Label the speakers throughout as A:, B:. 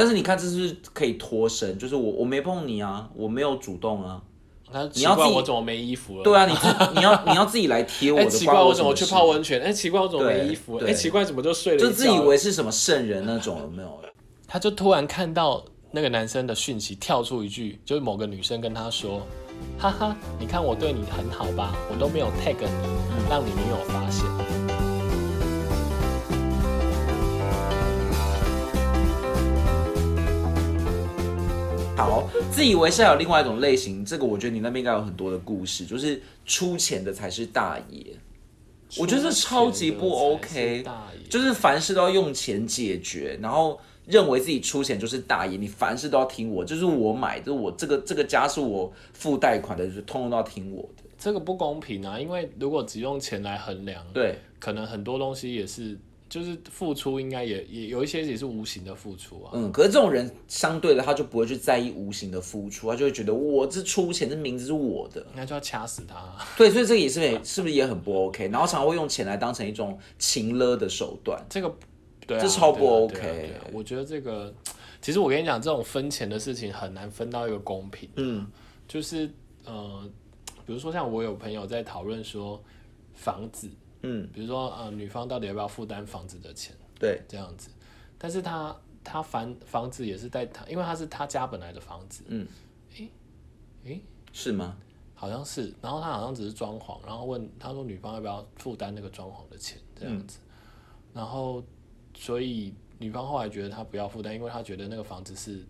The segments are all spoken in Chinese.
A: 但是你看，这是可以脱身，就是我我没碰你啊，我没有主动啊。
B: 他
A: 你
B: 奇
A: 要
B: 怪，
A: 自己
B: 我怎么没衣服了？
A: 对啊，你自你要你要自己来贴我
B: 哎，
A: 的，
B: 奇
A: 关
B: 怪，
A: 我
B: 我
A: 什
B: 怎么去
A: 事
B: 泡温泉？哎，奇怪，我怎么没衣服了？
A: 对
B: 哎，奇怪，怎么就睡了一觉
A: 就
B: 了？
A: 自以为是什么圣人那种，有没有？
B: 他就突然看到那个男生的讯息，跳出一句，就是某个女生跟他说：“哈哈，你看我对你很好吧，我都没有 tag 你，嗯让你没有发现。”
A: 好，自以为是还有另外一种类型，这个我觉得你那边应该有很多的故事，就是出钱的才是大爷，我觉得这超级不 OK
B: 大爷
A: 就是凡事都要用钱解决，然后认为自己出钱就是大爷，你凡事都要听我，就是我买，就是我这个这个家是我付贷款的，就是通通都要听我的。
B: 这个不公平啊！因为如果只用钱来衡量，
A: 对，
B: 可能很多东西也是，就是付出应该也也有一些也是无形的付出啊。
A: 嗯，可是这种人相对的他就不会去在意无形的付出，他就会觉得我这出钱，这名字是我的。
B: 那就要掐死他啊、
A: 对，所以这个也是很是不是也很不 OK？然后常常会用钱来当成一种情勒的手段。
B: 这个对、啊，
A: 这超不
B: 对啊
A: OK
B: 对啊对啊我觉得这个，其实我跟你讲，这种分钱的事情很难分到一个公平。
A: 嗯，
B: 就是呃，比如说像我有朋友在讨论说房子，
A: 嗯，
B: 比如说呃，女方到底要不要负担房子的钱
A: 对，
B: 这样子，但是他他房房子也是在他，因为他是他家本来的房子，
A: 嗯，
B: 诶、
A: 是吗？
B: 好像是，然后他好像只是装潢，然后问他说女方要不要负担那个装潢的钱这样子，然后所以女方后来觉得她不要负担，因为她觉得那个房子是，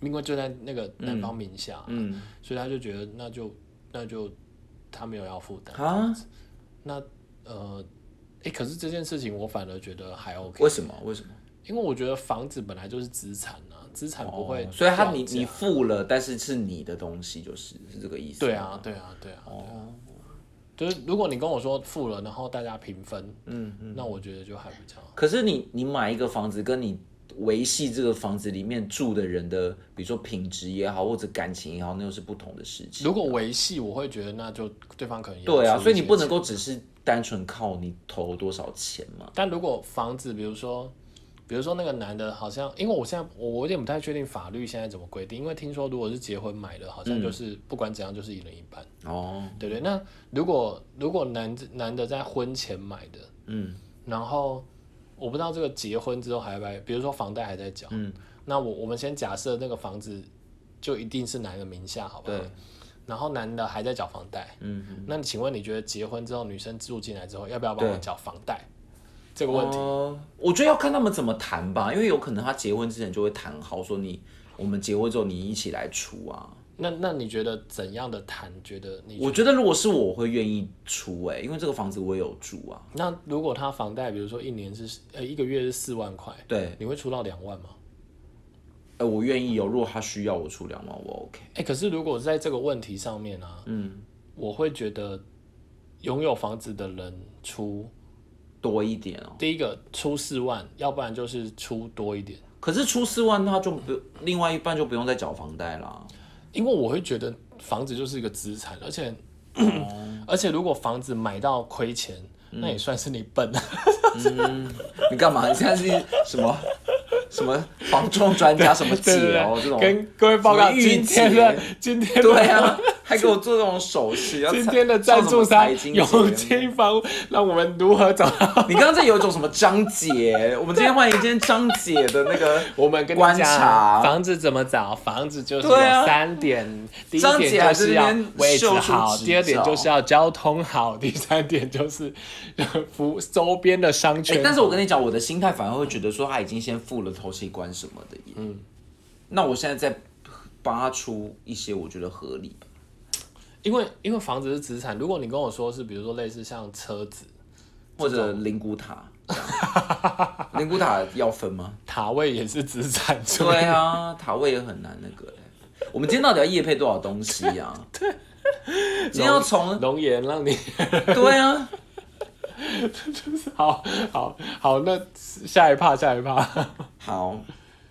B: 因为就在那个男方名下，
A: 嗯，
B: 所以她就觉得那就那就她没有要负担。
A: 啊，
B: 那呃，哎，可是这件事情我反而觉得还 OK，
A: 为什么？为什么？
B: 因为我觉得房子本来就是资产啊，资产不会、
A: 哦所以他你你。付了，但是是你的东西，就是是这哦个意思。
B: 对，啊，对啊，对啊，对啊。就是如果你跟我说付了，然后大家平分，
A: 嗯嗯。
B: 那我觉得就还比较好。
A: 可是你你买一个房子，跟你维系这个房子里面住的人的，比如说品质也好，或者感情也好，那又是不同的事情。
B: 如果维系，我会觉得那就对方可能也要
A: 对啊，
B: 出一
A: 所以你
B: 些
A: 不能
B: 钱。
A: 够只是单纯靠你投多少钱嘛。
B: 但如果房子，比如说，比如说那个男的，好像因为我现在我我有点不太确定法律现在怎么规定，因为听说如果是结婚买的，好
A: 嗯
B: 像就是、不管怎样就是一人一半，
A: 哦，
B: 对不对？那如果如果男男的在婚前买的，
A: 嗯，
B: 然后我不知道这个结婚之后还在，比如说房贷还在缴，
A: 嗯，
B: 那我我们先假设那个房子就一定是男的名下，好不好
A: 对？
B: 然后男的还在缴房贷，
A: 嗯，
B: 那你请问你觉得结婚之后女生住进来之后，要不要帮我
A: 对
B: 缴房贷这个问题？
A: 哦我觉得要看他们怎么谈吧，因为有可能他结婚之前就会谈好，说你我们结婚之后你一起来出啊。
B: 那那你觉得怎样的谈？觉得你
A: 我觉得如果是我，我会愿意出哎、因为这个房子我也有住啊。
B: 那如果他房贷，比如说一年是呃一个月是四万块，
A: 对，
B: 你会出到两万吗？
A: 呃，我愿意有，如果他需要我出两万，我 OK。
B: 哎、可是如果在这个问题上面啊，
A: 嗯，
B: 我会觉得拥有房子的人出
A: 多一点哦。
B: 第一个出四万，要不然就是出多一点，
A: 可是出四万，那就不另外一半就不用再缴房贷啦。
B: 因为我会觉得房子就是一个资产，而且、
A: 哦
B: 而且如果房子买到亏钱，
A: 嗯
B: 那也算是你笨。
A: 你干嘛？你现在是什么什么房仲专家什么解哦？ 这种
B: 跟各位报告
A: 什么御
B: 今天的
A: 姐
B: 今天 的
A: 对 啊，还给我做这种手势。要
B: 今天的
A: 上
B: 赞
A: 什么
B: 助商
A: 财经节目
B: 永金房屋，让我们如何找到？
A: 你刚刚这有一种什么张姐？我们今天欢迎今天张姐的那个
B: 我们跟你
A: 观
B: 讲，
A: 察。
B: 房子怎么找？房子就是有
A: 对啊
B: 三点，第一
A: 张姐
B: 点
A: 还
B: 就
A: 在
B: 是
A: 那
B: 要
A: 边
B: 位置
A: 秀出
B: 好，
A: 指
B: 第二点
A: 教
B: 就是要交通好，第三点就是 服周边的商
A: 哎、
B: 圈。
A: 但是我跟你讲，我的心态反而会觉得说他已经先付了头期款什么的耶。嗯，那我现在再帮他出一些，我觉得合理。
B: 因为因为房子是资产，如果你跟我说是比如说类似像车子
A: 或者灵骨塔， 这样灵骨塔要分吗？
B: 塔位也是资产，所以
A: 对啊，塔位也很难那个欸。我们今天到底要夜配多少东西 呀、啊？对，今天要从
B: 龙岩让你
A: 对啊，
B: 好好好，那下一趴下一趴。
A: 好，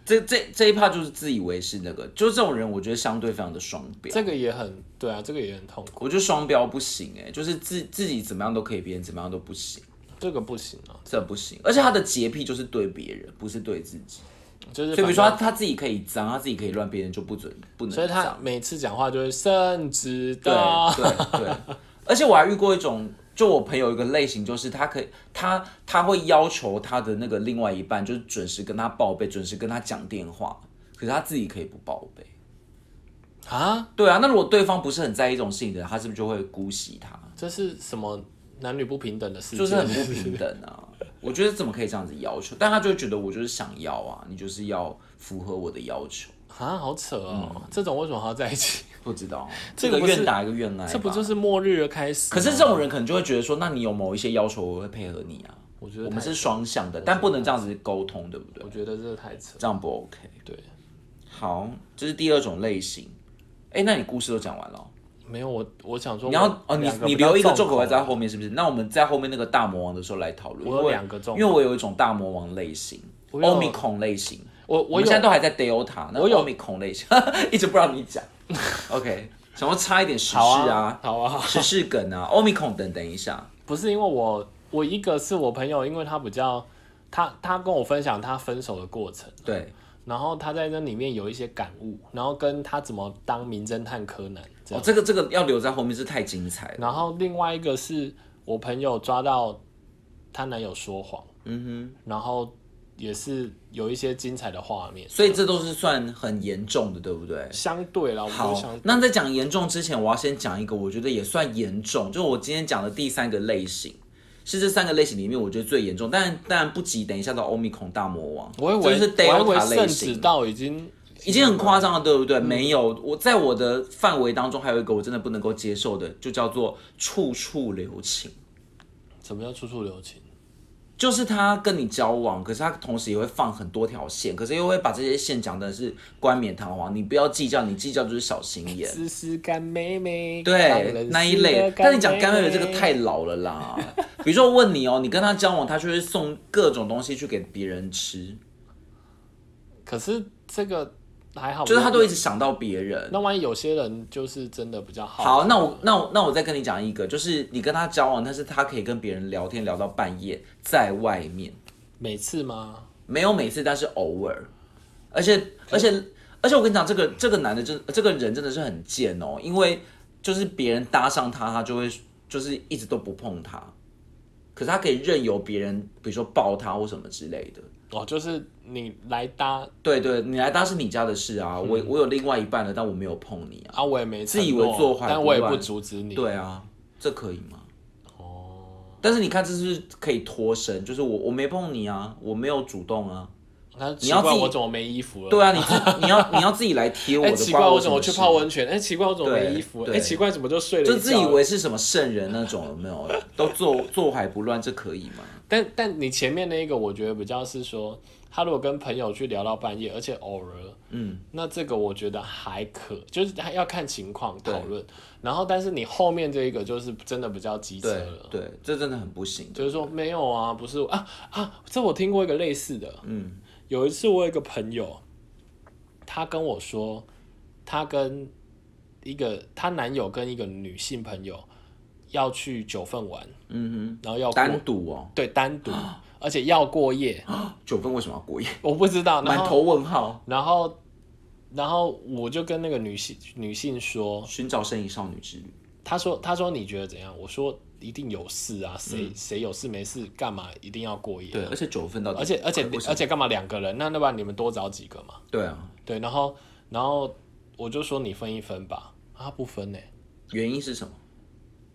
A: 这这这一趴就是自以为是那个，就是这种人，我觉得相对非常的双标。
B: 这个也很对啊，这个也很痛苦，
A: 我觉得双标不行哎、就是自自己怎么样都可以，别人怎么样都不行，
B: 这个不行啊。
A: 这不行。而且他的洁癖就是对别人，不是对自己。
B: 就是
A: 所以比如说
B: 反
A: 他他自己可以脏，他自己可以乱，别人就不准不能
B: 正，所以他哦
A: 脏。
B: 每次讲话就会甚至
A: 对
B: 的，
A: 对 对，而且我还遇过一种，就我朋友一个类型，就是他可以他他会要求他的那个另外一半就是准时跟他报备，准时跟他讲电话，可是他自己可以不报备。
B: 啊，
A: 对啊，那如果对方不是很在意这种事情的人，他是不是就会姑息他？
B: 这是什么男女不平等的事情？
A: 就是很不平等啊！ 我觉得怎么可以这样子要求？但他就会觉得我就是想要啊，你就是要符合我的要求。
B: 啊，好扯哦，
A: 嗯
B: 这种为什么还要在一起？
A: 不知道
B: 这
A: 这
B: 个
A: 个
B: 不是
A: 愿打一个愿挨吧，
B: 这不就是末日的开始吗？
A: 可是这种人可能就会觉得说，那你有某一些要求，我会配合你啊。
B: 我觉得
A: 我们
B: 太
A: 是双向的，但不能这样子沟通，对不对
B: 我？觉得这太扯。
A: 这样不 OK。
B: 对，
A: 好，这是第二种类型。哎、那你故事都讲完了哦，
B: 没有我，我想说我
A: 你要哦，你
B: 两
A: 你
B: 比较
A: 留一个
B: 重
A: 重口味在
B: 口
A: 后面是不是？那我们在后面那个大魔王的时候来讨论。
B: 我有
A: 因为
B: 两个重口
A: 因为我有一种大魔王类型
B: 我有
A: ，Omicron 类型。
B: 我
A: 我
B: 我
A: 们现在
B: 有
A: 都还在 Delta，那
B: 我有
A: Omicron 类型， 一直不让你 讲。OK，想要插一点时事
B: 好
A: 啊，
B: 好啊，
A: 时事梗啊，Omicron 等等一下。
B: 不是因为我，我一个是我朋友，因为他比较，他他跟我分享他分手的过程，
A: 对，
B: 然后他在那里面有一些感悟，然后跟他怎么当名侦探柯南这
A: 哦
B: 样，，
A: 这个这个要留在后面是太精彩了。
B: 然后另外一个是我朋友抓到她男友说谎，
A: 嗯
B: 然后也是有一些精彩的画面
A: 哼，，所以这都是算很严重的，对不对？
B: 相对啦，我就
A: 好
B: 想，
A: 那在讲严重之前，我要先讲一个我觉得也算严重，就是我今天讲的第三个类型，是这三个类型里面我觉得最严重，但但不及等一下到欧米孔大魔王，
B: 我以
A: 这
B: 为
A: 就是
B: 我以为
A: Delta
B: 圣嗯
A: 类
B: 旨
A: 型，
B: 到已经
A: 已经很夸张了，对不对？没有，我在我的范围当中还有一个我真的不能够接受的，就叫做处处留情。
B: 怎么样处处留情，
A: 就是他跟你交往，可是他同时也会放很多条线，可是又会把这些线讲的是冠冕堂皇，你不要计较，你计较就是小心眼。
B: 思思干妹妹，当
A: 对
B: 人，
A: 那一
B: 师的
A: 类。但你讲干妹妹
B: 妹
A: 这个太老了 啦。比如说，我问你哦，你跟他交往，他就会送各种东西去给别人吃，
B: 可是这个还好，
A: 就是他都一直想到别人。
B: 那万一有些人就是真的比较好。
A: 哦好，那我那我那我再跟你讲一个，就是你跟他交往，但是他可以跟别人聊天聊到半夜，在外面，
B: 每次吗？
A: 没有每次，但是偶尔，而且而且而且我跟你讲，这个这个男的真这个人真的是很贱哦，因为就是别人搭上他，他就会就是一直都不碰他，可是他可以任由别人，比如说抱他或什么之类的。
B: 哦，就是你来搭
A: 对对，你来搭是你家的事啊，
B: 嗯
A: 我我有另外一半了，但我没有碰你啊。
B: 啊，我也没
A: 自以
B: 承诺
A: 为做怀
B: 但
A: 不
B: 我也
A: 乱
B: 不阻止你。
A: 对啊，这可以吗？
B: 哦，
A: 但是你看，这是不是可以脱身，就是我我没碰你啊，我没有主动啊。
B: 那
A: 你
B: 奇
A: 要
B: 怪，
A: 自己
B: 我怎么没衣服了？
A: 对啊，你自你要你要自己来贴我
B: 哎、
A: 的。
B: 奇
A: 不
B: 怪，
A: 然
B: 我
A: 什
B: 怎么
A: 事
B: 去泡温泉？哎、奇怪，我怎么
A: 对
B: 没衣服？哎、
A: 对
B: 奇怪，怎么就睡了一觉
A: 就
B: 了？
A: 自以为是什么圣人那种，有没 有？都坐坐怀不乱，这可以吗？
B: 但但你前面那一个，我觉得比较是说，他如果跟朋友去聊到半夜，而且偶尔，
A: 嗯，
B: 那这个我觉得还可，就是还要看情况
A: 对
B: 讨论。然后，但是你后面这一个就是真的比较机车
A: 对
B: 了，
A: 对，这真的很不行。
B: 就是说没有啊，不是啊啊，这我听过一个类似的，
A: 嗯，
B: 有一次我有一个朋友，他跟我说，他跟一个她男友跟一个女性朋友要去九份玩，
A: 嗯
B: 然后要
A: 哼，
B: 过
A: 单独哦，
B: 对单独，而且要过夜，
A: 九分为什么要过夜？
B: 我不知啊道，
A: 满
B: 然后
A: 头问号，
B: 然后，然后我就跟那个女性女性说，
A: 寻找身影少女之旅。
B: 她说她说你觉得怎样？我说一定有事啊，谁谁、有事没事干嘛一定要过夜？
A: 嗯对，
B: 啊
A: 而且九分到底，
B: 而且而且
A: 为什么
B: 而且干嘛两个人？那要不然你们多找几个嘛？
A: 对啊，
B: 对，然后然后我就说你分一分吧，啊她不分呢、
A: 原因是什么？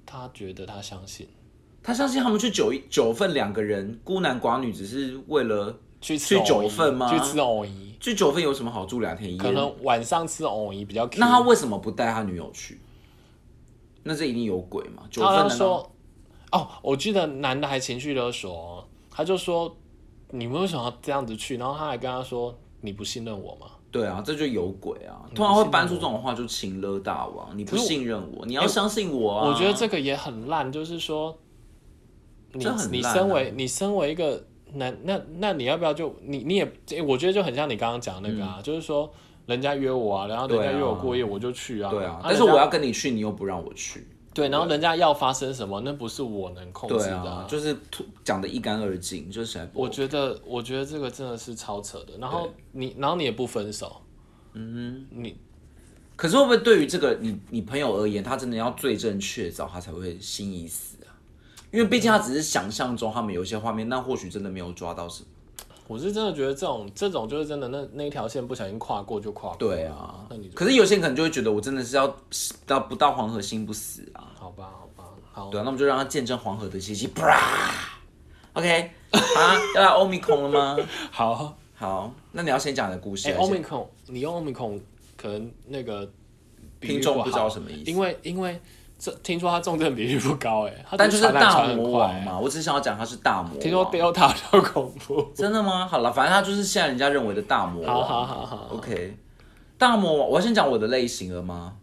B: 她觉得她相信
A: 他相信他们去九一九份两个人孤男寡女，只是为了
B: 去吃
A: 去
B: 藕
A: 九
B: 姨
A: 份吗
B: 去吃藕姨，
A: 去九份有什么好住两天一
B: 可
A: 夜？
B: 能晚上吃藕姨比较 Q。
A: 那他为什么不带他女友去？那这一定有鬼嘛？九
B: 他好
A: 份
B: 像
A: 难道
B: 说，哦，我记得男的还情绪勒索、哦，他就说你们为什么要这样子去？然后他还跟他说你不信任我吗？
A: 对啊，这就有鬼啊！
B: 嗯
A: 突然会搬出这种话，就情勒大王，你不信任我，你要相信我啊！
B: 哎我觉得这个也很烂，就是说，你
A: 这很烂啊
B: 你身为你身为一个男，那那你要不要就你你也，诶我觉得就很像你刚刚讲的那个啊，就是说人家约我啊，然后人
A: 嗯对
B: 家
A: 啊
B: 约我过夜，我就去啊，
A: 对啊，
B: 啊
A: 但是我
B: 人家
A: 要跟你去，你又不让我去，
B: 对，然后人家要发生什么，那不是我能控制
A: 对
B: 的、
A: 啊，就是突讲的一干二净，就是实在不
B: 我觉得，我觉得这个真的是超扯的。然后你，然后你也不分手，嗯，你
A: 可是会不会对于这个你你朋友而言，他真的要罪证确凿，他才会心已死啊？因为毕竟他只是想象中他们有一些画面，那或许真的没有抓到什么。
B: 我是真的觉得这种这种就是真的那那一条线不小心跨过就跨过，
A: 对啊
B: 那你，
A: 可是有些人可能就会觉得我真的是要到不到黄河心不死啊。
B: 好吧，好吧，好，
A: 对啊，那我们就让他见证黄河的奇迹。啪，OK，啊，要来欧米孔了吗？
B: 好，
A: 好，那你要先讲你的故事
B: 哎、
A: 啊。
B: 欧
A: 先
B: 米孔，你用欧米孔，可能那个比喻
A: 听众不知道
B: 好
A: 什么意思
B: 因为因为这听说他重症比率不高、哎，他
A: 但就是
B: 传染
A: 大
B: 传很
A: 魔
B: 快
A: 王
B: 哎
A: 嘛，我只是想要讲他是大魔王。
B: 听说 Delta 比较恐怖，
A: 真的吗？好了，反正他就是现在人家认为的大魔王。
B: 好好好好，
A: OK，大魔王，我要先讲我的类型了吗？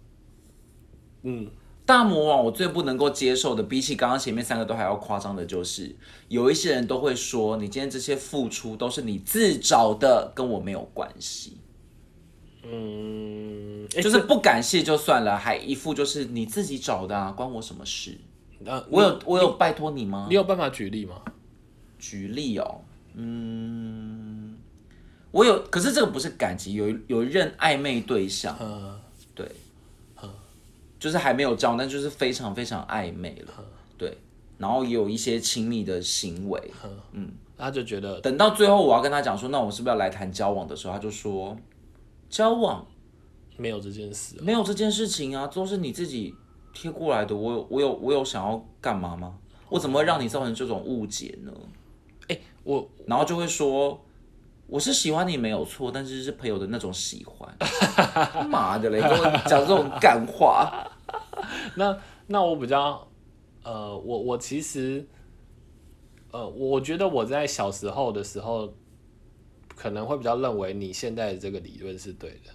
B: 嗯，
A: 大魔王我最不能够接受的，比起刚刚前面三个都还要夸张的，就是有一些人都会说，你今天这些付出都是你自找的，跟我没有关系，
B: 嗯，哎
A: 就是不感谢就算了，还一副就是你自己找的、啊，关我什么事？
B: 那、
A: 我有我有拜托你吗
B: 你？有办法举例吗？
A: 举例哦，嗯，我有，可是这个不是感情，有一有一任暧昧对象，
B: 嗯。
A: 对，就是还没有交往，但就是非常非常暧昧了，对，然后也有一些亲密的行为。
B: 他就觉得
A: 等到最后我要跟他讲说，那我们是不是要来谈交往的时候，他就说，交往
B: 没有这件事啊，
A: 没有这件事情啊，都是你自己贴过来的，我有我有我有想要干嘛吗？我怎么会让你造成这种误解呢？
B: 哎我
A: 然后就会说。我是喜欢你没有错，但是是朋友的那种喜欢。妈的嘞，跟我讲这种干话，
B: 那那我比较，呃，我我其实，呃，我觉得我在小时候的时候，可能会比较认为你现在的这个理论是对的，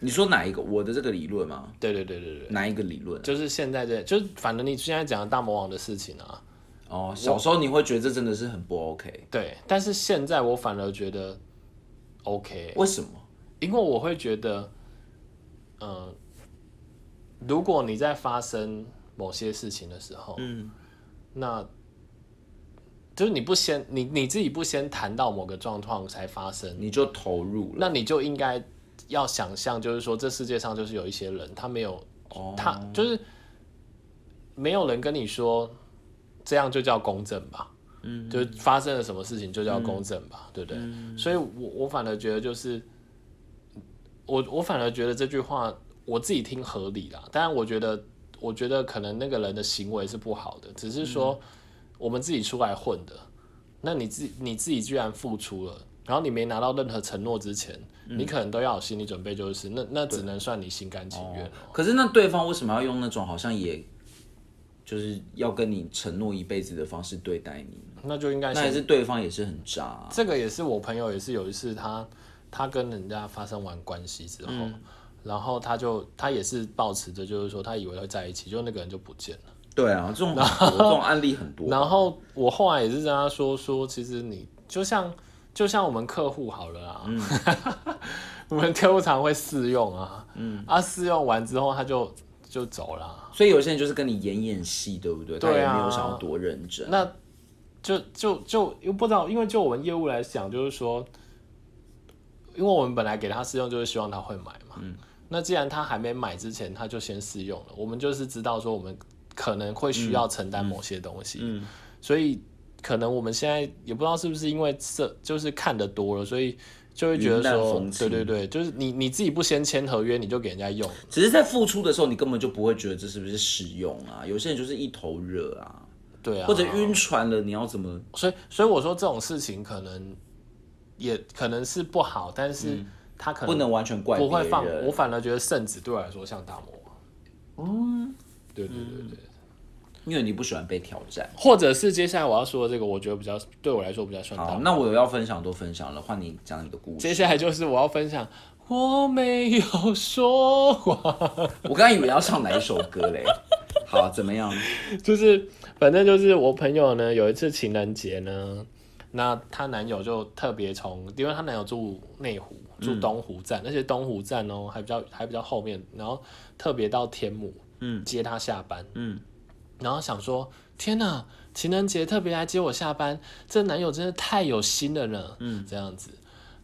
A: 你说哪一个？我的这个理论吗？
B: 对对对对对，
A: 哪一个理论？啊
B: 就是现在这，就是反正你现在讲的大魔王的事情啊，
A: 哦，小时候你会觉得这真的是很不 OK，
B: 对，但是现在我反而觉得 OK，
A: 为什么？
B: 因为我会觉得，嗯、如果你在发生某些事情的时候，
A: 嗯，
B: 那就是你不先你你自己不先谈到某个状况才发生，
A: 你就投入了。
B: 那你就应该要想象，就是说这世界上就是有一些人，他没有
A: 哦，
B: 他就是没有人跟你说这样就叫公正吧，嗯，就是发生了什么事情就叫公正吧，
A: 嗯
B: 对不对？所以我我反而觉得就是我我反而觉得这句话我自己听合理啦，当然我觉得我觉得可能那个人的行为是不好的，只是说
A: 嗯
B: 我们自己出来混的，那你自你自己居然付出了。然后你没拿到任何承诺之前，
A: 嗯
B: 你可能都要有心理准备，就是那那只能算你心甘情
A: 哦
B: 愿了。
A: 可是那对方为什么要用那种好像也就是要跟你承诺一辈子的方式对待你？
B: 那就应该
A: 那也
B: 先。
A: 是对方也是很渣啊、
B: 这个也是我朋友，也是有一次他他跟人家发生完关系之后，然后他就他也是抱持着就是说他以为会在一起，就那个人就不见了。
A: 对啊，这 种很多这种案例很多。
B: 然后我后来也是跟他说说，其实你就像就像我们客户好了啦， 我们客户常会试用啊，嗯，啊试用完之后他就就走了啊、
A: 所以有些人就是跟你演演戏，对不对？
B: 对啊
A: 他也没有想要多认真。
B: 那就就就又不知道，因为就我们业务来讲，就是说，因为我们本来给他试用，就是希望他会买嘛。
A: 嗯
B: 那既然他还没买之前，他就先试用了，我们就是知道说我们可能会需要承担某些东西，
A: 嗯
B: 所以可能我们现在也不知道是不是因为这就是看的多了，所以就会觉
A: 云
B: 得
A: 淡
B: 说
A: 风，轻
B: 对对对，就是你你自己不先签合约，你就给人家用，
A: 只是在付出的时候，你根本就不会觉得这是不是使用啊？有些人就是一头热啊，
B: 对啊，
A: 或者晕船了，你要怎么？
B: 所以，所以我说这种事情可能也可能是不好，但是他
A: 嗯
B: 可
A: 不能完全怪
B: 不会
A: 别
B: 放。
A: 人
B: 我反而觉得圣子对我来说像大魔王。嗯，对对对对，
A: 因为你不喜欢被挑战。
B: 或者是接下来我要说的这个，我觉得比较对我来说比较算大魔
A: 好，
B: 王。
A: 那我有要分享都分享了，换你讲你的故事。
B: 接下来就是我要分享，我没有说谎。
A: 我刚刚以为要唱哪一首歌嘞？ 好，怎么样？
B: 就是反正就是我朋友呢，有一次情人节呢，那她男友就特别从，因为她男友住内湖，住
A: 嗯
B: 东湖站，而且东湖站哦还比较还比较后面，然后特别到天母，
A: 嗯，
B: 接她下班，
A: 嗯，
B: 然后想说，天哪，情人节特别来接我下班，这男友真的太有心了呢。嗯，这样子，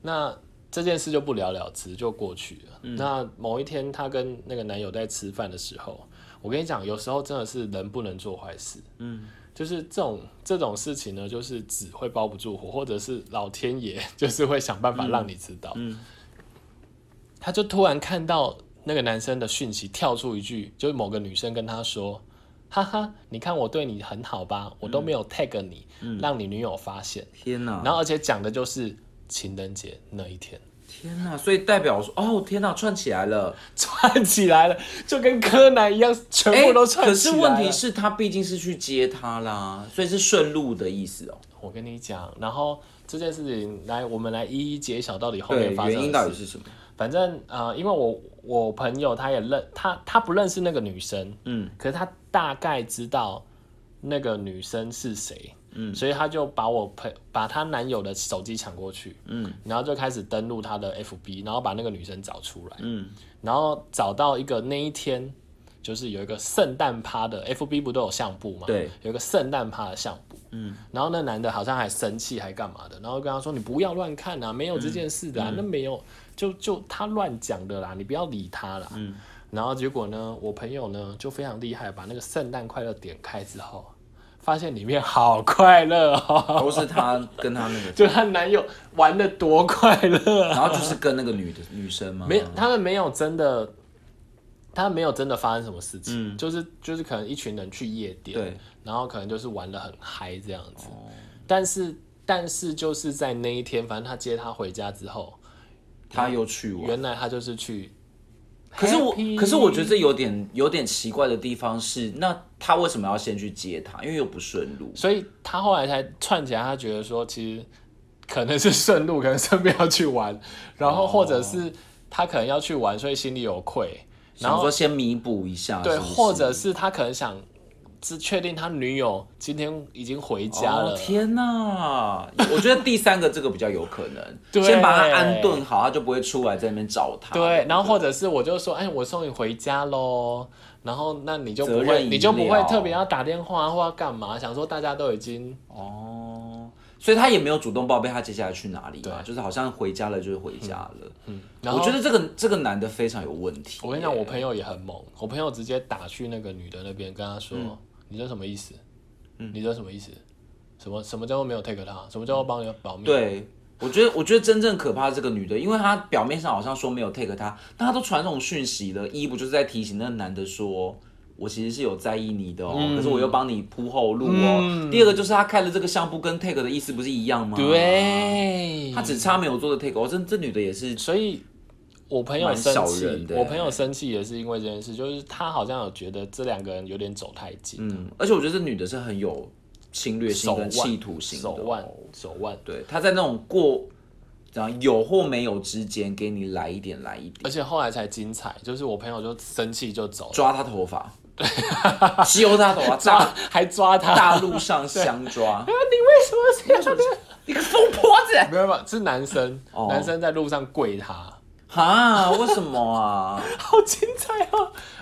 B: 那这件事就不了了之，就过去了。那某一天，她跟那个男友在吃饭的时候，我跟你讲，有时候真的是人不能做坏事。嗯，就是这种这种事情呢，就是纸会包不住火，或者是老天爷 就是会想办法让你知道。嗯，他就突然看到那个男生的讯息，跳出一句，就是某个女生跟他说。哈哈，你看我对你很好吧？我
A: 嗯
B: 都没有 tag 你，让你女友发现。
A: 天哪，
B: 然后而且讲的就是情人节那一天，
A: 天哪！所以代表说，哦，天哪，串起来了。
B: 串起来了，就跟柯南一样，全部都串
A: 哎可
B: 起
A: 是
B: 来了。
A: 问题是，他毕竟是去接他啦，所以是顺路的意思哦。
B: 我跟你讲，然后这件事情来，我们来一一揭晓到底后面发
A: 原
B: 生
A: 因
B: 的
A: 到
B: 事
A: 底。是什么？
B: 反正呃，因为我我朋友他也认他，他不认识那个女生，
A: 嗯，
B: 可是他大概知道那个女生是谁，嗯，所以他就把我朋把她男友的手机抢过去，嗯，然后就开始登录他的 FB，然后把那个女生找出来，
A: 嗯，
B: 然后找到一个那一天就是有一个圣诞趴的 FB 不都有相簿嘛，
A: 对，
B: 有一个圣诞趴的相簿，嗯，然后那男的好像还生气还干嘛的，然后跟他说你不要乱看啊，没有这件事的、啊，那没有，就就他乱讲的啦，你不要理他啦，嗯。然后结果呢，我朋友呢就非常厉害，把那个圣诞快乐点开之后，发现里面好快乐哦，
A: 都是他跟他那个，
B: 就她男友玩的多快乐啊！
A: 然后就是跟那个女的女生吗？
B: 没有，他们没有真的，他们没有真的发生什么事情，就是就是可能一群人去夜
A: 嗯
B: 店，
A: 对，哦
B: 然后可能就是玩的很嗨这样子，但是但是就是在那一天，反正他接她回家之后，
A: 他又去玩。
B: 原来他就是去 happy。
A: 可是我，可是我觉得这有点有点奇怪的地方是，那他为什么要先去接他？因为又不顺路。
B: 所以他后来才串起来，他觉得说其实可能是顺路，可能顺便要去玩，然
A: 哦
B: 后或者是他可能要去玩，所以心里有愧，然
A: 想
B: 后
A: 说先弥补一下，
B: 对，
A: 是不是
B: 或者是他可能想是确定他女友今天已经回家了，
A: 哦、天哪！我觉得第三个这个比较有可能，
B: 对
A: 先把他安顿好，他就不会出来在那边找他。
B: 对，然后或者是我就说，哎，我送你回家喽，然后那你就不
A: 责任
B: 会，
A: 已
B: 你就不会
A: 了
B: 特别要打电话或要干嘛，想说大家都已经
A: 哦，所以他也没有主动报备他接下来去哪里嘛，
B: 对
A: 就是好像回家了就是回家了。嗯，
B: 然后
A: 我觉得这个这个男的非常有问题。
B: 我跟你讲，我朋友也很猛，我朋友直接打去那个女的那边，跟她说：“
A: 嗯
B: 你这什么意思？你这什么意思？什么什么叫做没有 take 她？什么叫做帮你保密？”，
A: 对。我觉得，我觉得真正可怕是这个女的，因为她表面上好像说没有 take 他，但她都传这种讯息了，一不就是在提醒那个男的说，我其实是有在意你的哦，
B: 嗯
A: 可是我又帮你铺后路哦。第二个就是她开了这个相簿，跟 take 的意思不是一样吗？，
B: 对，
A: 她只差没有做的 take，哦，这这女的也是
B: 所以我朋友
A: 蛮
B: 生
A: 小
B: 气
A: 人，的
B: 我朋友生气也是因为这件事，就是他好像有觉得这两个人有点走太近，
A: 嗯，而且我觉得这女的是很有侵略性
B: 手
A: 跟
B: 腕、
A: 企图性的
B: 手
A: 哦、
B: 腕、手腕，
A: 对，她在那种过，怎样有或没有之间给你来一点来一点，
B: 而且后来才精彩，就是我朋友就生气就走 了，
A: 抓她头发，揪她头发，
B: 抓
A: 大
B: 还抓他，
A: 大路上相抓，
B: 你为什么这样？
A: 你个疯婆子！
B: 没有没有，是男生，
A: 哦
B: 男生在路上跪他。
A: 哈，为什么 啊？
B: 好精彩啊！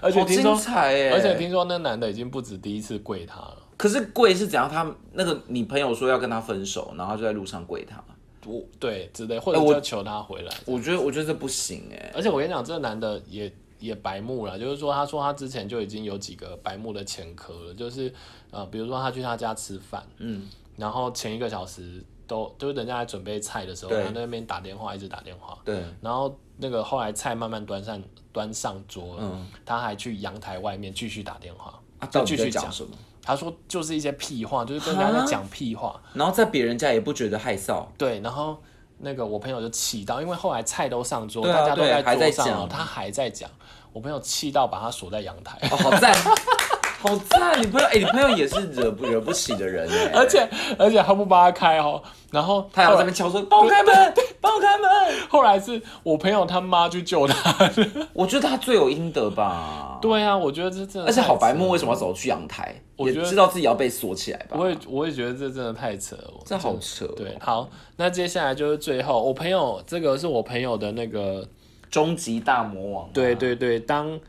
B: 而且
A: 哦好
B: 听说
A: 精，彩哎！
B: 而且听说那男的已经不止第一次跪她了。
A: 可是跪是怎样？他那个你朋友说要跟他分手，然后就在路上跪他。
B: 我对之类，或者
A: 哎我
B: 就求他回来。
A: 我觉得，我觉得这不行哎。
B: 而且我跟你讲，这个男的也也白目了，就是说，他说他之前就已经有几个白目的前科了，就是呃，比如说他去他家吃饭，
A: 嗯，
B: 然后前一个小时都就是人家在准备菜的时候，
A: 对
B: 他那边打电话一直打电话，
A: 对，
B: 然后那个后来菜慢慢端上端上桌了，
A: 嗯
B: 他还去阳台外面继续打电话，
A: 啊，到底
B: 就继
A: 在
B: 续
A: 讲什么？
B: 他说就是一些屁话，就是跟人家在讲屁话。
A: 然后在别人家也不觉得害臊。
B: 对，然后那个我朋友就气到，因为后来菜都上桌，
A: 对啊
B: 大家都
A: 对
B: 在
A: 还在
B: 桌上
A: 讲
B: 了，他还在讲。我朋友气到把他锁在阳台，
A: 哦，好赞， 好赞！你朋友，哎、你朋友也是惹不惹不起的人哎、
B: 而且而且他不帮他开哦。然后
A: 他还要在
B: 后
A: 那
B: 来
A: 边敲说：“帮我开门，帮我开门
B: 后来是我朋友他妈去救他。！”
A: 我觉得他罪有应得吧。
B: 对啊，我觉得这真的，
A: 而且好白目，为什么要走去阳台？
B: 我
A: 也
B: 觉得
A: 知道自己要被锁起来吧。
B: 我也我也觉得这真的太扯了，
A: 这好扯、哦。
B: 对，好，那接下来就是最后，我朋友这个是我朋友的那个
A: 终极大魔王、啊
B: 对，对对，当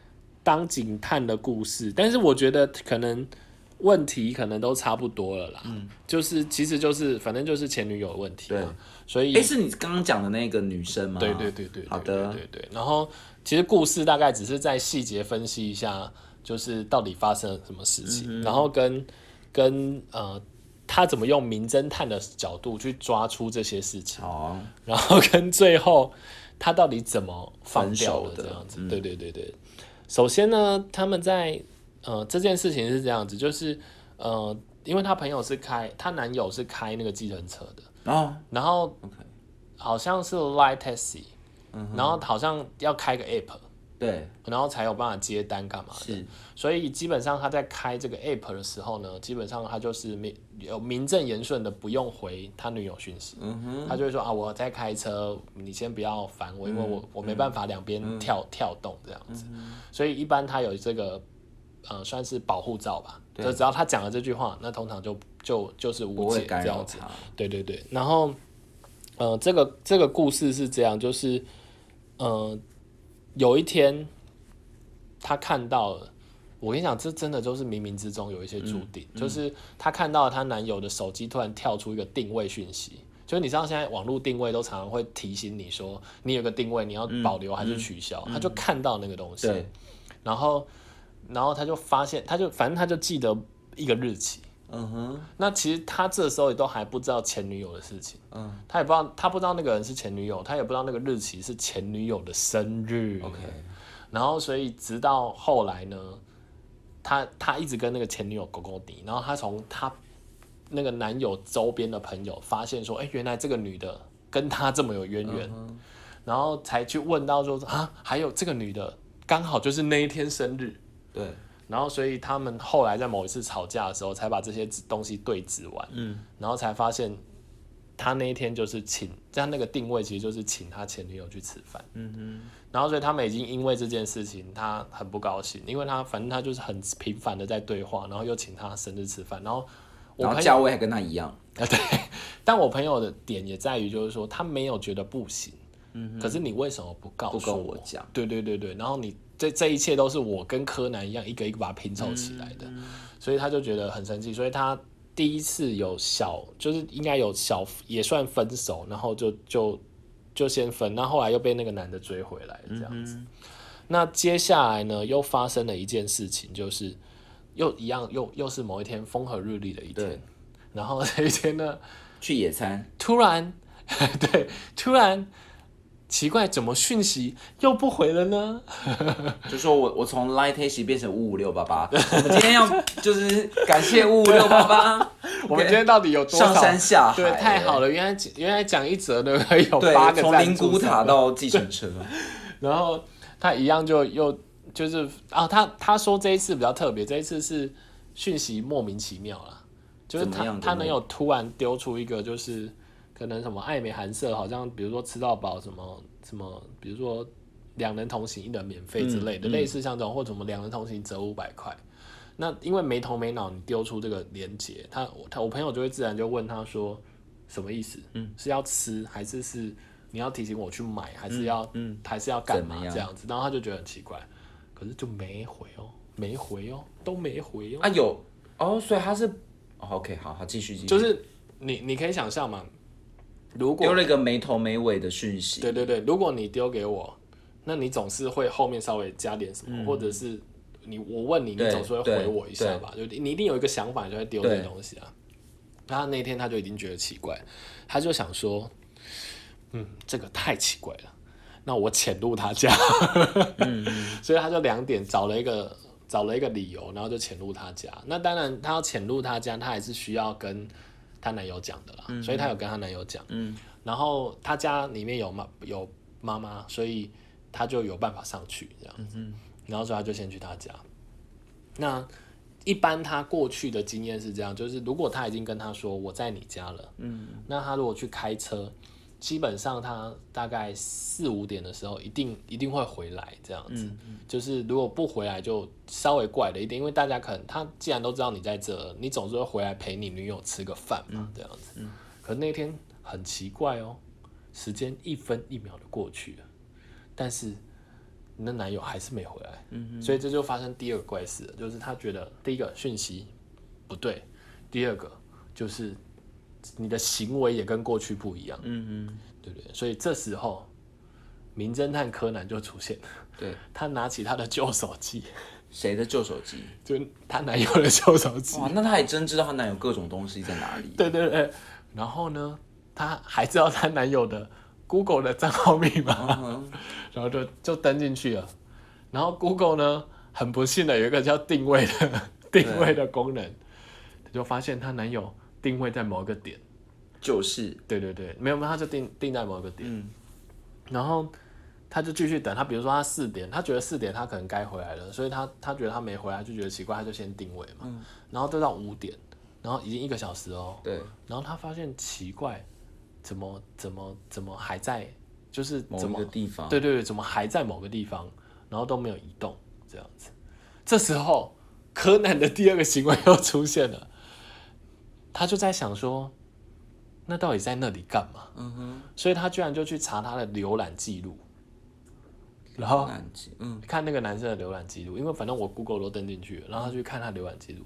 B: 当警探的故事，但是我觉得可能问题可能都差不多了啦。嗯，就是其实就是反正就是前女友的问题嘛，所以
A: 哎、是你刚刚讲的那个女生吗？
B: 对对对对，对
A: 好的
B: 对对对。然后其实故事大概只是在细节分析一下，就是到底发生了什么事
A: 嗯
B: 情，然后跟跟呃他怎么用名侦探的角度去抓出这些事情，
A: 好，哦
B: 然后跟最后他到底怎么放
A: 分
B: 掉
A: 手的
B: 的这样子。
A: 嗯
B: 对对对对，首先呢，他们在呃这件事情是这样子，就是呃，因为她朋友是开，她男友是开那个计程车的，
A: 然后
B: 然后
A: OK 嗯
B: 好像是 Line Taxi，、然后好像要开个 App，
A: 对
B: 然后才有办法接单干嘛的。
A: 是
B: 所以基本上他在开这个 app 的时候呢，基本上他就是名有名正言顺的不用回他女友讯息，
A: 嗯
B: 他就会说啊我在开车，你先不要烦我，因为我
A: 嗯
B: 我没办法两边跳、跳动这样子，所以一般他有这个呃算是保护罩吧，就只要他讲了这句话，那通常就就就是
A: 不
B: 无
A: 会
B: 解
A: 干
B: 这
A: 扰
B: 样子，
A: 他，
B: 对对对，然后，呃，这个这个故事是这样，就是，呃，有一天，他看到了，我跟你讲，这真的就是冥冥之中有一些注定，就是她看到她男友的手机突然跳出一个定位讯息，就是你知道现在网络定位都常常会提醒你说你有个定位，你要保留还是取消，她就看到那个东西，
A: 对，
B: 然后，然后她就发现，她就反正她就记得一个日期，
A: 嗯哼，
B: 那其实他这时候也都还不知道前女友的事情，
A: 嗯
B: 他也不知道他不知道那个人是前女友，他也不知道那个日期是前女友的生日。
A: ，OK，
B: 然后所以直到后来呢，他他一直跟那个前女友勾勾底，然后他从他那个男友周边的朋友发现说，哎、原来这个女的跟他这么有渊源，
A: 嗯
B: 然后才去问到说啊，还有这个女的刚好就是那一天生日，
A: 对，
B: 然后，所以他们后来在某一次吵架的时候，才把这些东西对峙完，
A: 嗯，
B: 然后才发现他那一天就是请，他那个定位其实就是请他前女友去吃饭，嗯哼，然后所以他们已经因为这件事情，他很不高兴，因为他反正他就是很频繁的在对话，然后又请他生日吃饭，然后我
A: 然后
B: 朋
A: 价
B: 友，
A: 位还跟他一样，
B: 啊 对，但我朋友的点也在于就是说他没有觉得不行，嗯，可是你为什么不告
A: 不
B: 诉
A: 跟我讲，
B: 对对对对，然后你这这一切都是我跟柯南一样，一个一个把它拼凑起来的，所以他就觉得很生气，所以他第一次有小，就是应该有小也算分手，然后就就就先分，那后来又被那个男的追回来这样子。那接下来呢，又发生了一件事情，就是又一样，又又是某一天风和日丽的一天
A: 对，
B: 然后这一天呢，
A: 去野 餐，
B: 突然，对，突然。奇怪，怎么讯息又不回了呢？
A: 就说我我从 Light Taxi 变成五五六八 八，我们今天要就是感谢五五六八八，
B: 我们今天到底有多少
A: 上山下海，
B: 对，太好了！原来原来讲一折的可以有哦八
A: 对，
B: 个
A: 从
B: 赞
A: 灵
B: 助
A: 骨塔
B: 商
A: 到计程车，
B: 然后他一样就又就是啊，他他说这一次比较特别，这一次是讯息莫名其妙啦，就是
A: 怎么
B: 他
A: 样
B: 他
A: 怎么
B: 能有突然丢出一个就是可能什么爱美含色，好像比如说吃到饱什么什么，比如说两人同行一人免费之
A: 嗯
B: 类的，类似像这种或者什么两人同行折五百块。那因为没头没脑，你丢出这个链接，他我他我朋友就会自然就问他说什么意思？嗯，是要吃还是是你要提醒我去买，还是要嗯还是要干嘛
A: 怎么样
B: 这样子？然后他就觉得很奇怪，可是就没回哦，没回哦，都没回哦，
A: 啊有哦，所以他是、哦、OK，好好继续继续，
B: 就是你你可以想象嘛，如果
A: 丢了一个没头没尾的讯息，
B: 对对对，如果你丢给我，那你总是会后面稍微加点什么，或者是你我问你，你
A: 嗯对
B: 总是会回我一下吧？就你一定有一个想法，你就会丢这东西啊。然后那天他就已经觉得奇怪，他就想说，嗯，这个太奇怪了，那我潜入他家， 所以他就两点找了一个找了一个理由，然后就潜入他家。那当然，他要潜入他家，他还是需要跟她男友讲的啦，所以她有跟她男友讲。嗯，然后她家里面有妈有妈妈，所以她就有办法上去这样子。然后所以她就先去她家。那一般她过去的经验是这样，就是如果她已经跟她说我在你家了，嗯，那她如果去开车。基本上她大概四五点的时候，一定一定会回来这样子。就是如果不回来，就稍微怪了一点，因为大家可能她既然都知道你在这，你总是会回来陪你女友吃个饭嘛，这样子。可那天很奇怪哦，时间一分一秒的过去了，但是你的男友还是没回来，所以这就发生第二个怪事了，就是他觉得第一个讯息不对，第二个就是你的行为也跟过去不一样，
A: 嗯嗯，
B: 对不对？所以这时候，名侦探柯南就出现了，
A: 对，
B: 他拿起他的旧手机，
A: 谁的旧手机？
B: 就是她男友的旧手机，
A: 哇，那她也真知道她男友各种东西在哪里。
B: 对对对，然后呢，她还知道她男友的 Google 的账号密
A: 嗯
B: 码，然后就就登进去了。然后 Google 呢，很不幸的有一个叫定位的 定位的功能，她就发现她男友定位在某一个点。
A: 就是，
B: 对对对，没有没有，她就定定在某一个点，
A: 嗯
B: 然后她就继续等。她比如说她四点，她觉得四点她可能该回来了，所以她她觉得她没回来就觉得奇怪，她就先定位嘛。然后就到五点，然后已经一个小时哦。
A: 对，
B: 然后他发现奇怪，怎么怎么怎么还在，就是
A: 某
B: 怎
A: 一
B: 么
A: 个地方，
B: 对对对，怎么还在某个地方，然后都没有移动这样子。这时候，柯南的第二个行为又出现了，他就在想说，那到底在那里干嘛？
A: 嗯哼，
B: 所以他居然就去查他的浏览记录，然后
A: 南极，嗯，
B: 看那个男生的浏览记录，因为反正我 Google 都登进去了，然后他去看他浏览记录，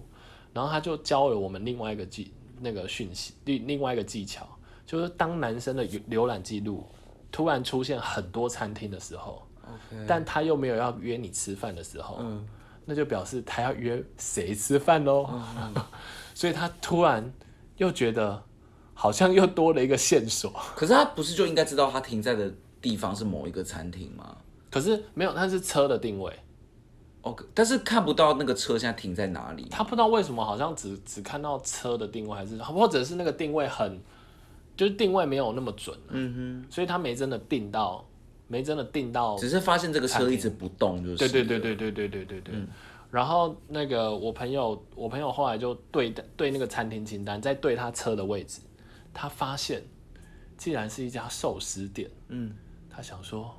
B: 然后他就教了我们另外一个技那个讯息，另另外一个技巧，就是当男生的浏浏览记录突然出现很多餐厅的时候，
A: OK
B: 但他又没有要约你吃饭的时候，
A: 嗯
B: 那就表示他要约谁吃饭喽，
A: 嗯
B: 所以他突然又觉得好像又多了一个线索。
A: 可是他不是就应该知道他停在的地方是某一个餐厅吗
B: 可是没有，他是车的定位，
A: ？OK，但是看不到那个车现在停在哪里。
B: 他不知道为什么好像只只看到车的定位，还是或者是那个定位很，就是定位没有那么准、啊
A: 嗯
B: 所以他没真的定到，没真的定到
A: 哼，。只是发现这个车一直不动，就是
B: 对对对对对对对对
A: 嗯
B: 对。然后那个我朋友，我朋友后来就对对那个餐厅清单，再对他车的位置，他发现竟然是一家寿司店。
A: 嗯，
B: 他想说，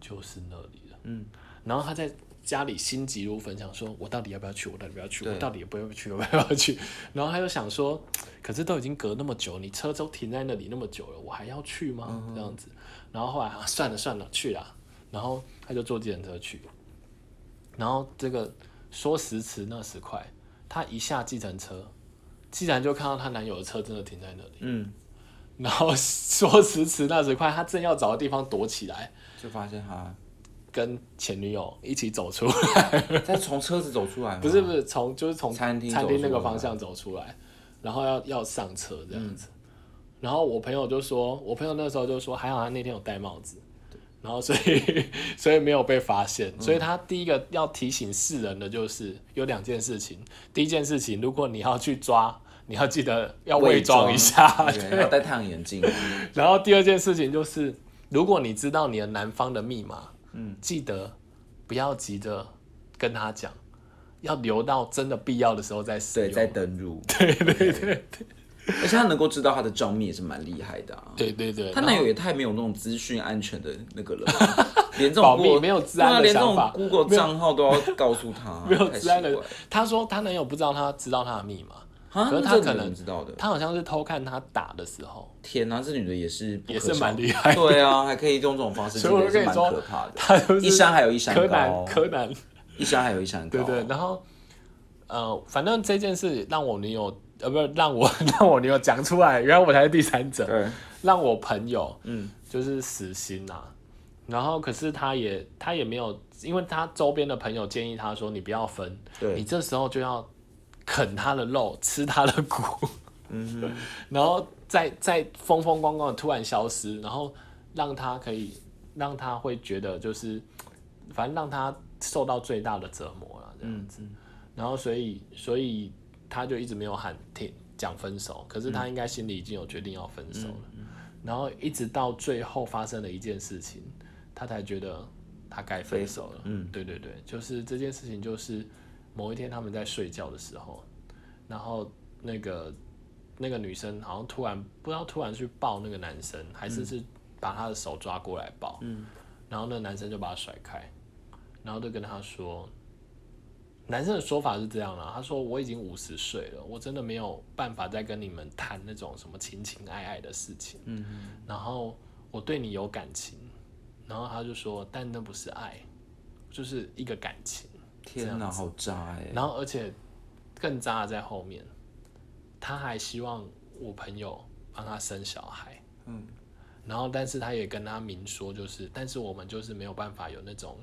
B: 就是那里了。
A: 嗯，
B: 然后他在家里心急如焚，想说我到底要不要去？我到底要不要去？
A: 对
B: 我到底要不要去？我要不要去？ 然后他又想说，可是都已经隔那么久，你车都停在那里那么久了，我还要去吗？
A: 嗯
B: 这样子。然后后来、啊、算了算了，去啦。然后他就坐计程车去。然后这个说时迟那时快，他一下计程车，竟然就看到她男友的车真的停在那里。
A: 嗯，
B: 然后说时迟那时快，他正要找个地方躲起来，
A: 就发现他
B: 跟前女友一起走出，
A: 再从车子走出来吗，
B: 不是不是从就是从
A: 餐厅
B: 餐厅
A: 走出来
B: 那个方向走出来，然后要要上车这样
A: 嗯
B: 子。然后我朋友就说，我朋友那时候就说，还好他那天有戴帽子，然后所以 所以没有被发现。
A: 嗯
B: 所以他第一个要提醒世人的就是有两件事情，第一件事情，如果你要去抓，你要记得要伪装一下，
A: 对要戴太阳眼镜，
B: 然后第二件事情就是，如果你知道你的男方的密码，嗯，记得不要急着跟他讲，要留到真的必要的时候再使
A: 对，
B: 用。
A: 再登入，对对对而且他能够知道他的账面也是蛮厉害的啊。
B: 对对对
A: 她
B: 然
A: 男
B: 后
A: 友也太没有那种资讯安全的那个了吧， 连这种
B: 保密
A: Google-
B: 没有治安的
A: 对啊连这
B: 想法
A: 种 Google 账号都要告诉她，
B: 没有
A: 太
B: 治安的
A: 奇，
B: 他说他男友不知道他知道他的密码，
A: 怪了啊，
B: 可是
A: 那
B: 她
A: 这
B: 可
A: 女的
B: 能
A: 你知道的，
B: 他好像是偷看他打的时候，
A: 天哪，这女的也是不可
B: 也是
A: 少
B: 蛮厉害的
A: 对啊，还可以用这种方式，
B: 所以我就
A: 真
B: 跟
A: 的
B: 你
A: 是
B: 说
A: 蛮可怕的。
B: 他就是
A: 一山还有一哦山
B: 柯
A: 高
B: 南，柯南，
A: 一山还有一山高，
B: 对对，然后。呃，反正这件事让我女友，呃，不是让我 让我女友讲出来，原来我才是第三者。
A: 对，
B: 让我朋友，
A: 嗯
B: 嗯，就是死心呐、然后，可是他也他也没有，因为他周边的朋友建议他说：“你不要分，
A: 对
B: 你这时候就要啃他的肉，吃他的骨，嗯， 然后再再风风光光的突然消失，然后让他可以让他会觉得就是，反正让他受到最大的折磨了这
A: 嗯
B: 样子。然后，所以所以他就一直没有喊停讲分手，可是他应该心里已经有决定要分手了。然后一直到最后发生了一件事情，他才觉得他该分手了。嗯，对对对，就是这件事情，就是某一天他们在睡觉的时候，然后那个那个女生好像突然不知道突然去抱那个男生，还是是把他的手抓过来抱，嗯，然后那个男生就把他甩开，然后就跟他说。男生的说法是这样啦、他说我已经五十岁了，我真的没有办法再跟你们谈那种什么情情爱爱的事情。嗯，然后我对你有感情，然后他就说，但那不是爱，就是一个感情。
A: 天哪，好渣哎！
B: 然后而且更渣的在后面，他还希望我朋友帮他生小孩，嗯，然后但是他也跟他明说，就是但是我们就是没有办法有那种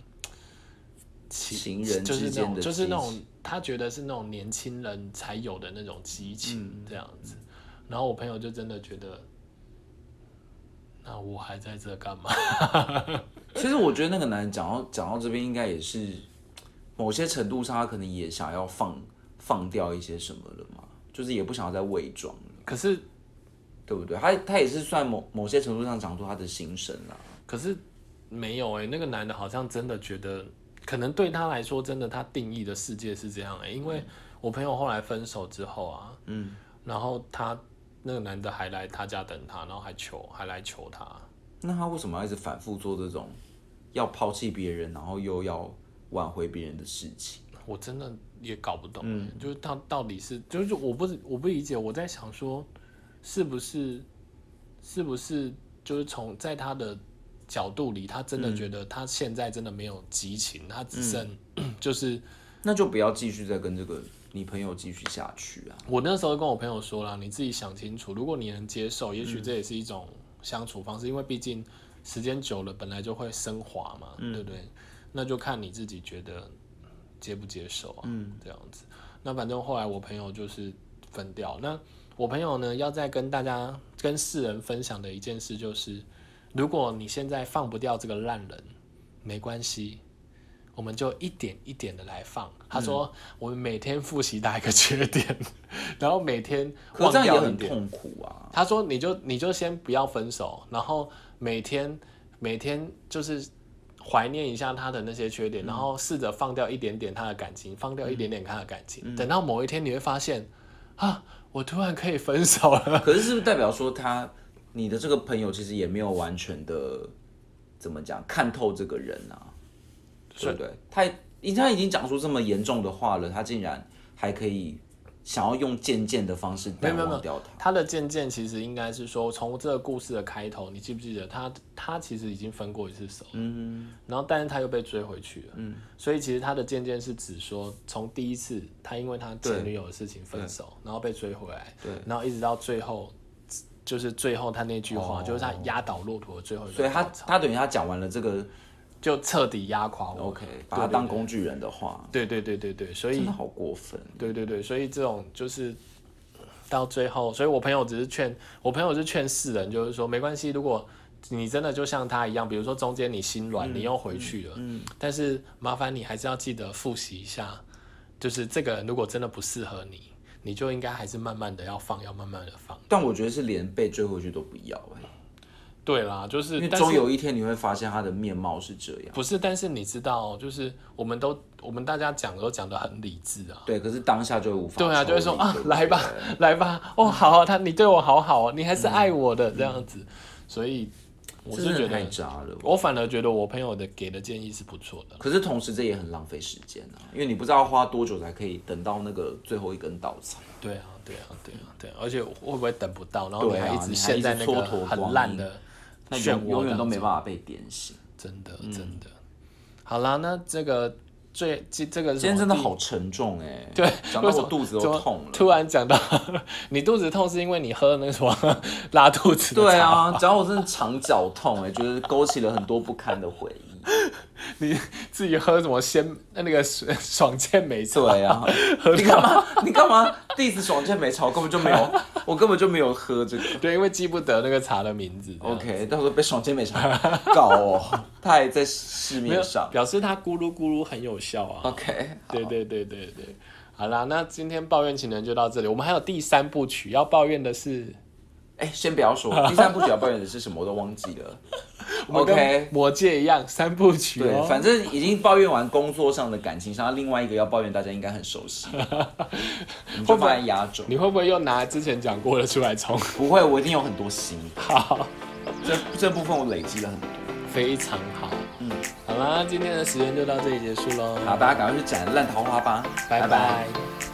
A: 情
B: 情
A: 人
B: 就是
A: 之
B: 那
A: 间
B: 种
A: 的
B: 就是那
A: 激
B: 种他觉得是那种年轻人才有的那种激情这样子，然后我朋友就真的觉得。那我还在这干嘛？
A: 其实我觉得那个男人讲到讲到这边，应该也是某些程度上，他可能也想要放放掉一些什么了嘛，就是也不想要再伪装了，
B: 可是
A: 对不对？他他也是算某某些程度上讲出他的心声啊啦。
B: 可是没有哎、那个男的好像真的觉得，可能对他来说，真的他定义的世界是这样哎、因为我朋友后来分手之后啊，嗯，然后他那个男的还来他家等他，然后还求还来求他，
A: 那他为什么要一直反复做这种要抛弃别人，然后又要挽回别人的事情？
B: 我真的也搞不懂、欸，就是他到底是，就是我不我不理解，我在想说，是不是，是不是就是从在他的角度里，他真的觉得他现在真的没有激情，他只剩、 就是。
A: 那就不要继续再跟这个你朋友继续下去啊。
B: 我那时候跟我朋友说了，你自己想清楚，如果你能接受，也许这也是一种相处方式，因为毕竟时间久了本来就会升华嘛，
A: 嗯
B: 对不对？那就看你自己觉得接不接受啊，
A: 嗯
B: 这样子。那反正后来我朋友就是分掉。那我朋友呢，要再跟大家跟世人分享的一件事就是，如果你现在放不掉这个烂人，没关系。我们就一点一点的来放。他说，
A: 嗯
B: 我们每天复习他一个缺点， 然后每天
A: 可
B: 忘
A: 这样也
B: 掉一
A: 很
B: 点。
A: 痛苦啊。
B: 他说你就你就先不要分手，然后每天每天就是怀念一下他的那些缺点，然后试着放掉一点点他的感情，放掉一点点他的感情。等到某一天你会发现啊，我突然可以分手了。
A: 可是是不是代表说他，你的这个朋友其实也没有完全的怎么讲看透这个人啊，对不对？他已他已经讲出这么严重的话了，他竟然还可以想要用渐渐的方式
B: 没
A: 淡
B: 有没有没
A: 忘
B: 有
A: 掉他，
B: 他的渐渐其实应该是说，从这个故事的开头，你记不记得他他其实已经分过一次手，嗯，然后但是他又被追回去了，嗯，所以其实他的渐渐是指说，从第一次他因为他前女友的事情分手，然后被追回来，对，然后一直到最后，就是最后他那句话，
A: 哦
B: 就是他压倒骆驼的最后一个
A: 所以他
B: 稻草
A: 他等于他讲完了这个
B: 就彻底压垮我。
A: ，OK，把他当工具人的话，
B: 对对对对对，所以
A: 真的好过分。
B: 对对对，所以这种就是到最后，所以我朋友只是劝我朋友是劝世人，就是说没关系，如果你真的就像他一样，比如说中间你心
A: 嗯
B: 软，你又回去了，但是麻烦你还是要记得复习一下，就是这个人如果真的不适合你，你就应该还是慢慢的要放，要慢慢的放。
A: 但我觉得是连被追回去都不要、欸，
B: 对啦，就是
A: 因为
B: 但是
A: 终有一天你会发现他的面貌是这样。
B: 不是，但是你知道，就是我们都我们大家讲都讲的很理智啊，
A: 对，可是当下就会无法
B: 对啊，
A: 抽
B: 就会说
A: 离
B: 啊
A: 对，不
B: 来吧
A: 对，
B: 来吧，哦，好啊，他你对我好好哦，你还是爱我的、这样子，所以我是
A: 真的
B: 觉
A: 太
B: 得，
A: 渣了。
B: 我反而觉得我朋友的给的建议是不错的，
A: 可是同时这也很浪费时间啊，因为你不知道花多久才可以等到那个最后一根稻草。
B: 对啊，对啊，对啊，对啊，而且会不会等不到，然后你
A: 对啊
B: 还一
A: 你还
B: 直陷在那
A: 一直
B: 个
A: 蹉跎
B: 很
A: 光
B: 烂
A: 阴
B: 的
A: 那
B: 漩
A: 永
B: 涡，
A: 永远都没办，法被点醒。
B: 真的真的，好啦，那这个最这这个是
A: 今天
B: 什
A: 真
B: 么
A: 的
B: 第
A: 好沉重哎、
B: 对，
A: 讲到
B: 为什
A: 我
B: 么
A: 肚子
B: 怎
A: 都
B: 么
A: 痛了。
B: 突然讲到 你肚子痛，是因为你喝了那个什么 拉肚子？
A: 对，啊，讲到我真的肠绞痛哎、觉得勾起了很多不堪的回忆。
B: 你自己喝什么鲜那个爽爽健美 茶？
A: 对啊，你干嘛？你干嘛？diss 爽健美茶，我根本就没有，我根本就没有喝这个。
B: 对，因为记不得那个茶的名字。
A: OK，到时候被爽健美茶搞哦，他还在市
B: 没有
A: 面上。
B: 表示它咕噜咕噜很有效啊。
A: OK，
B: 对对对对对，好啦，那今天抱怨情人就到这里，我们还有第三部曲要抱怨的是
A: 哎、先不要说， 第三部曲要抱怨的是什么，我都忘记 了。
B: 我跟
A: OK，
B: 魔戒一样三部曲
A: 对
B: 哦，。
A: 反正已经抱怨完工作上的、感情上，另外一个要抱怨，大家应该很熟 悉，我们就放在压轴。
B: 你会不会又拿之前讲过的出来冲？
A: 不会，我一定有很多心得，
B: 好。
A: 这这部分我累积了很多。
B: 非常好。嗯，好啦，今天的时间就到这里结束喽，
A: 好，大家赶快去斩烂桃花吧，
B: 拜
A: 拜拜
B: 拜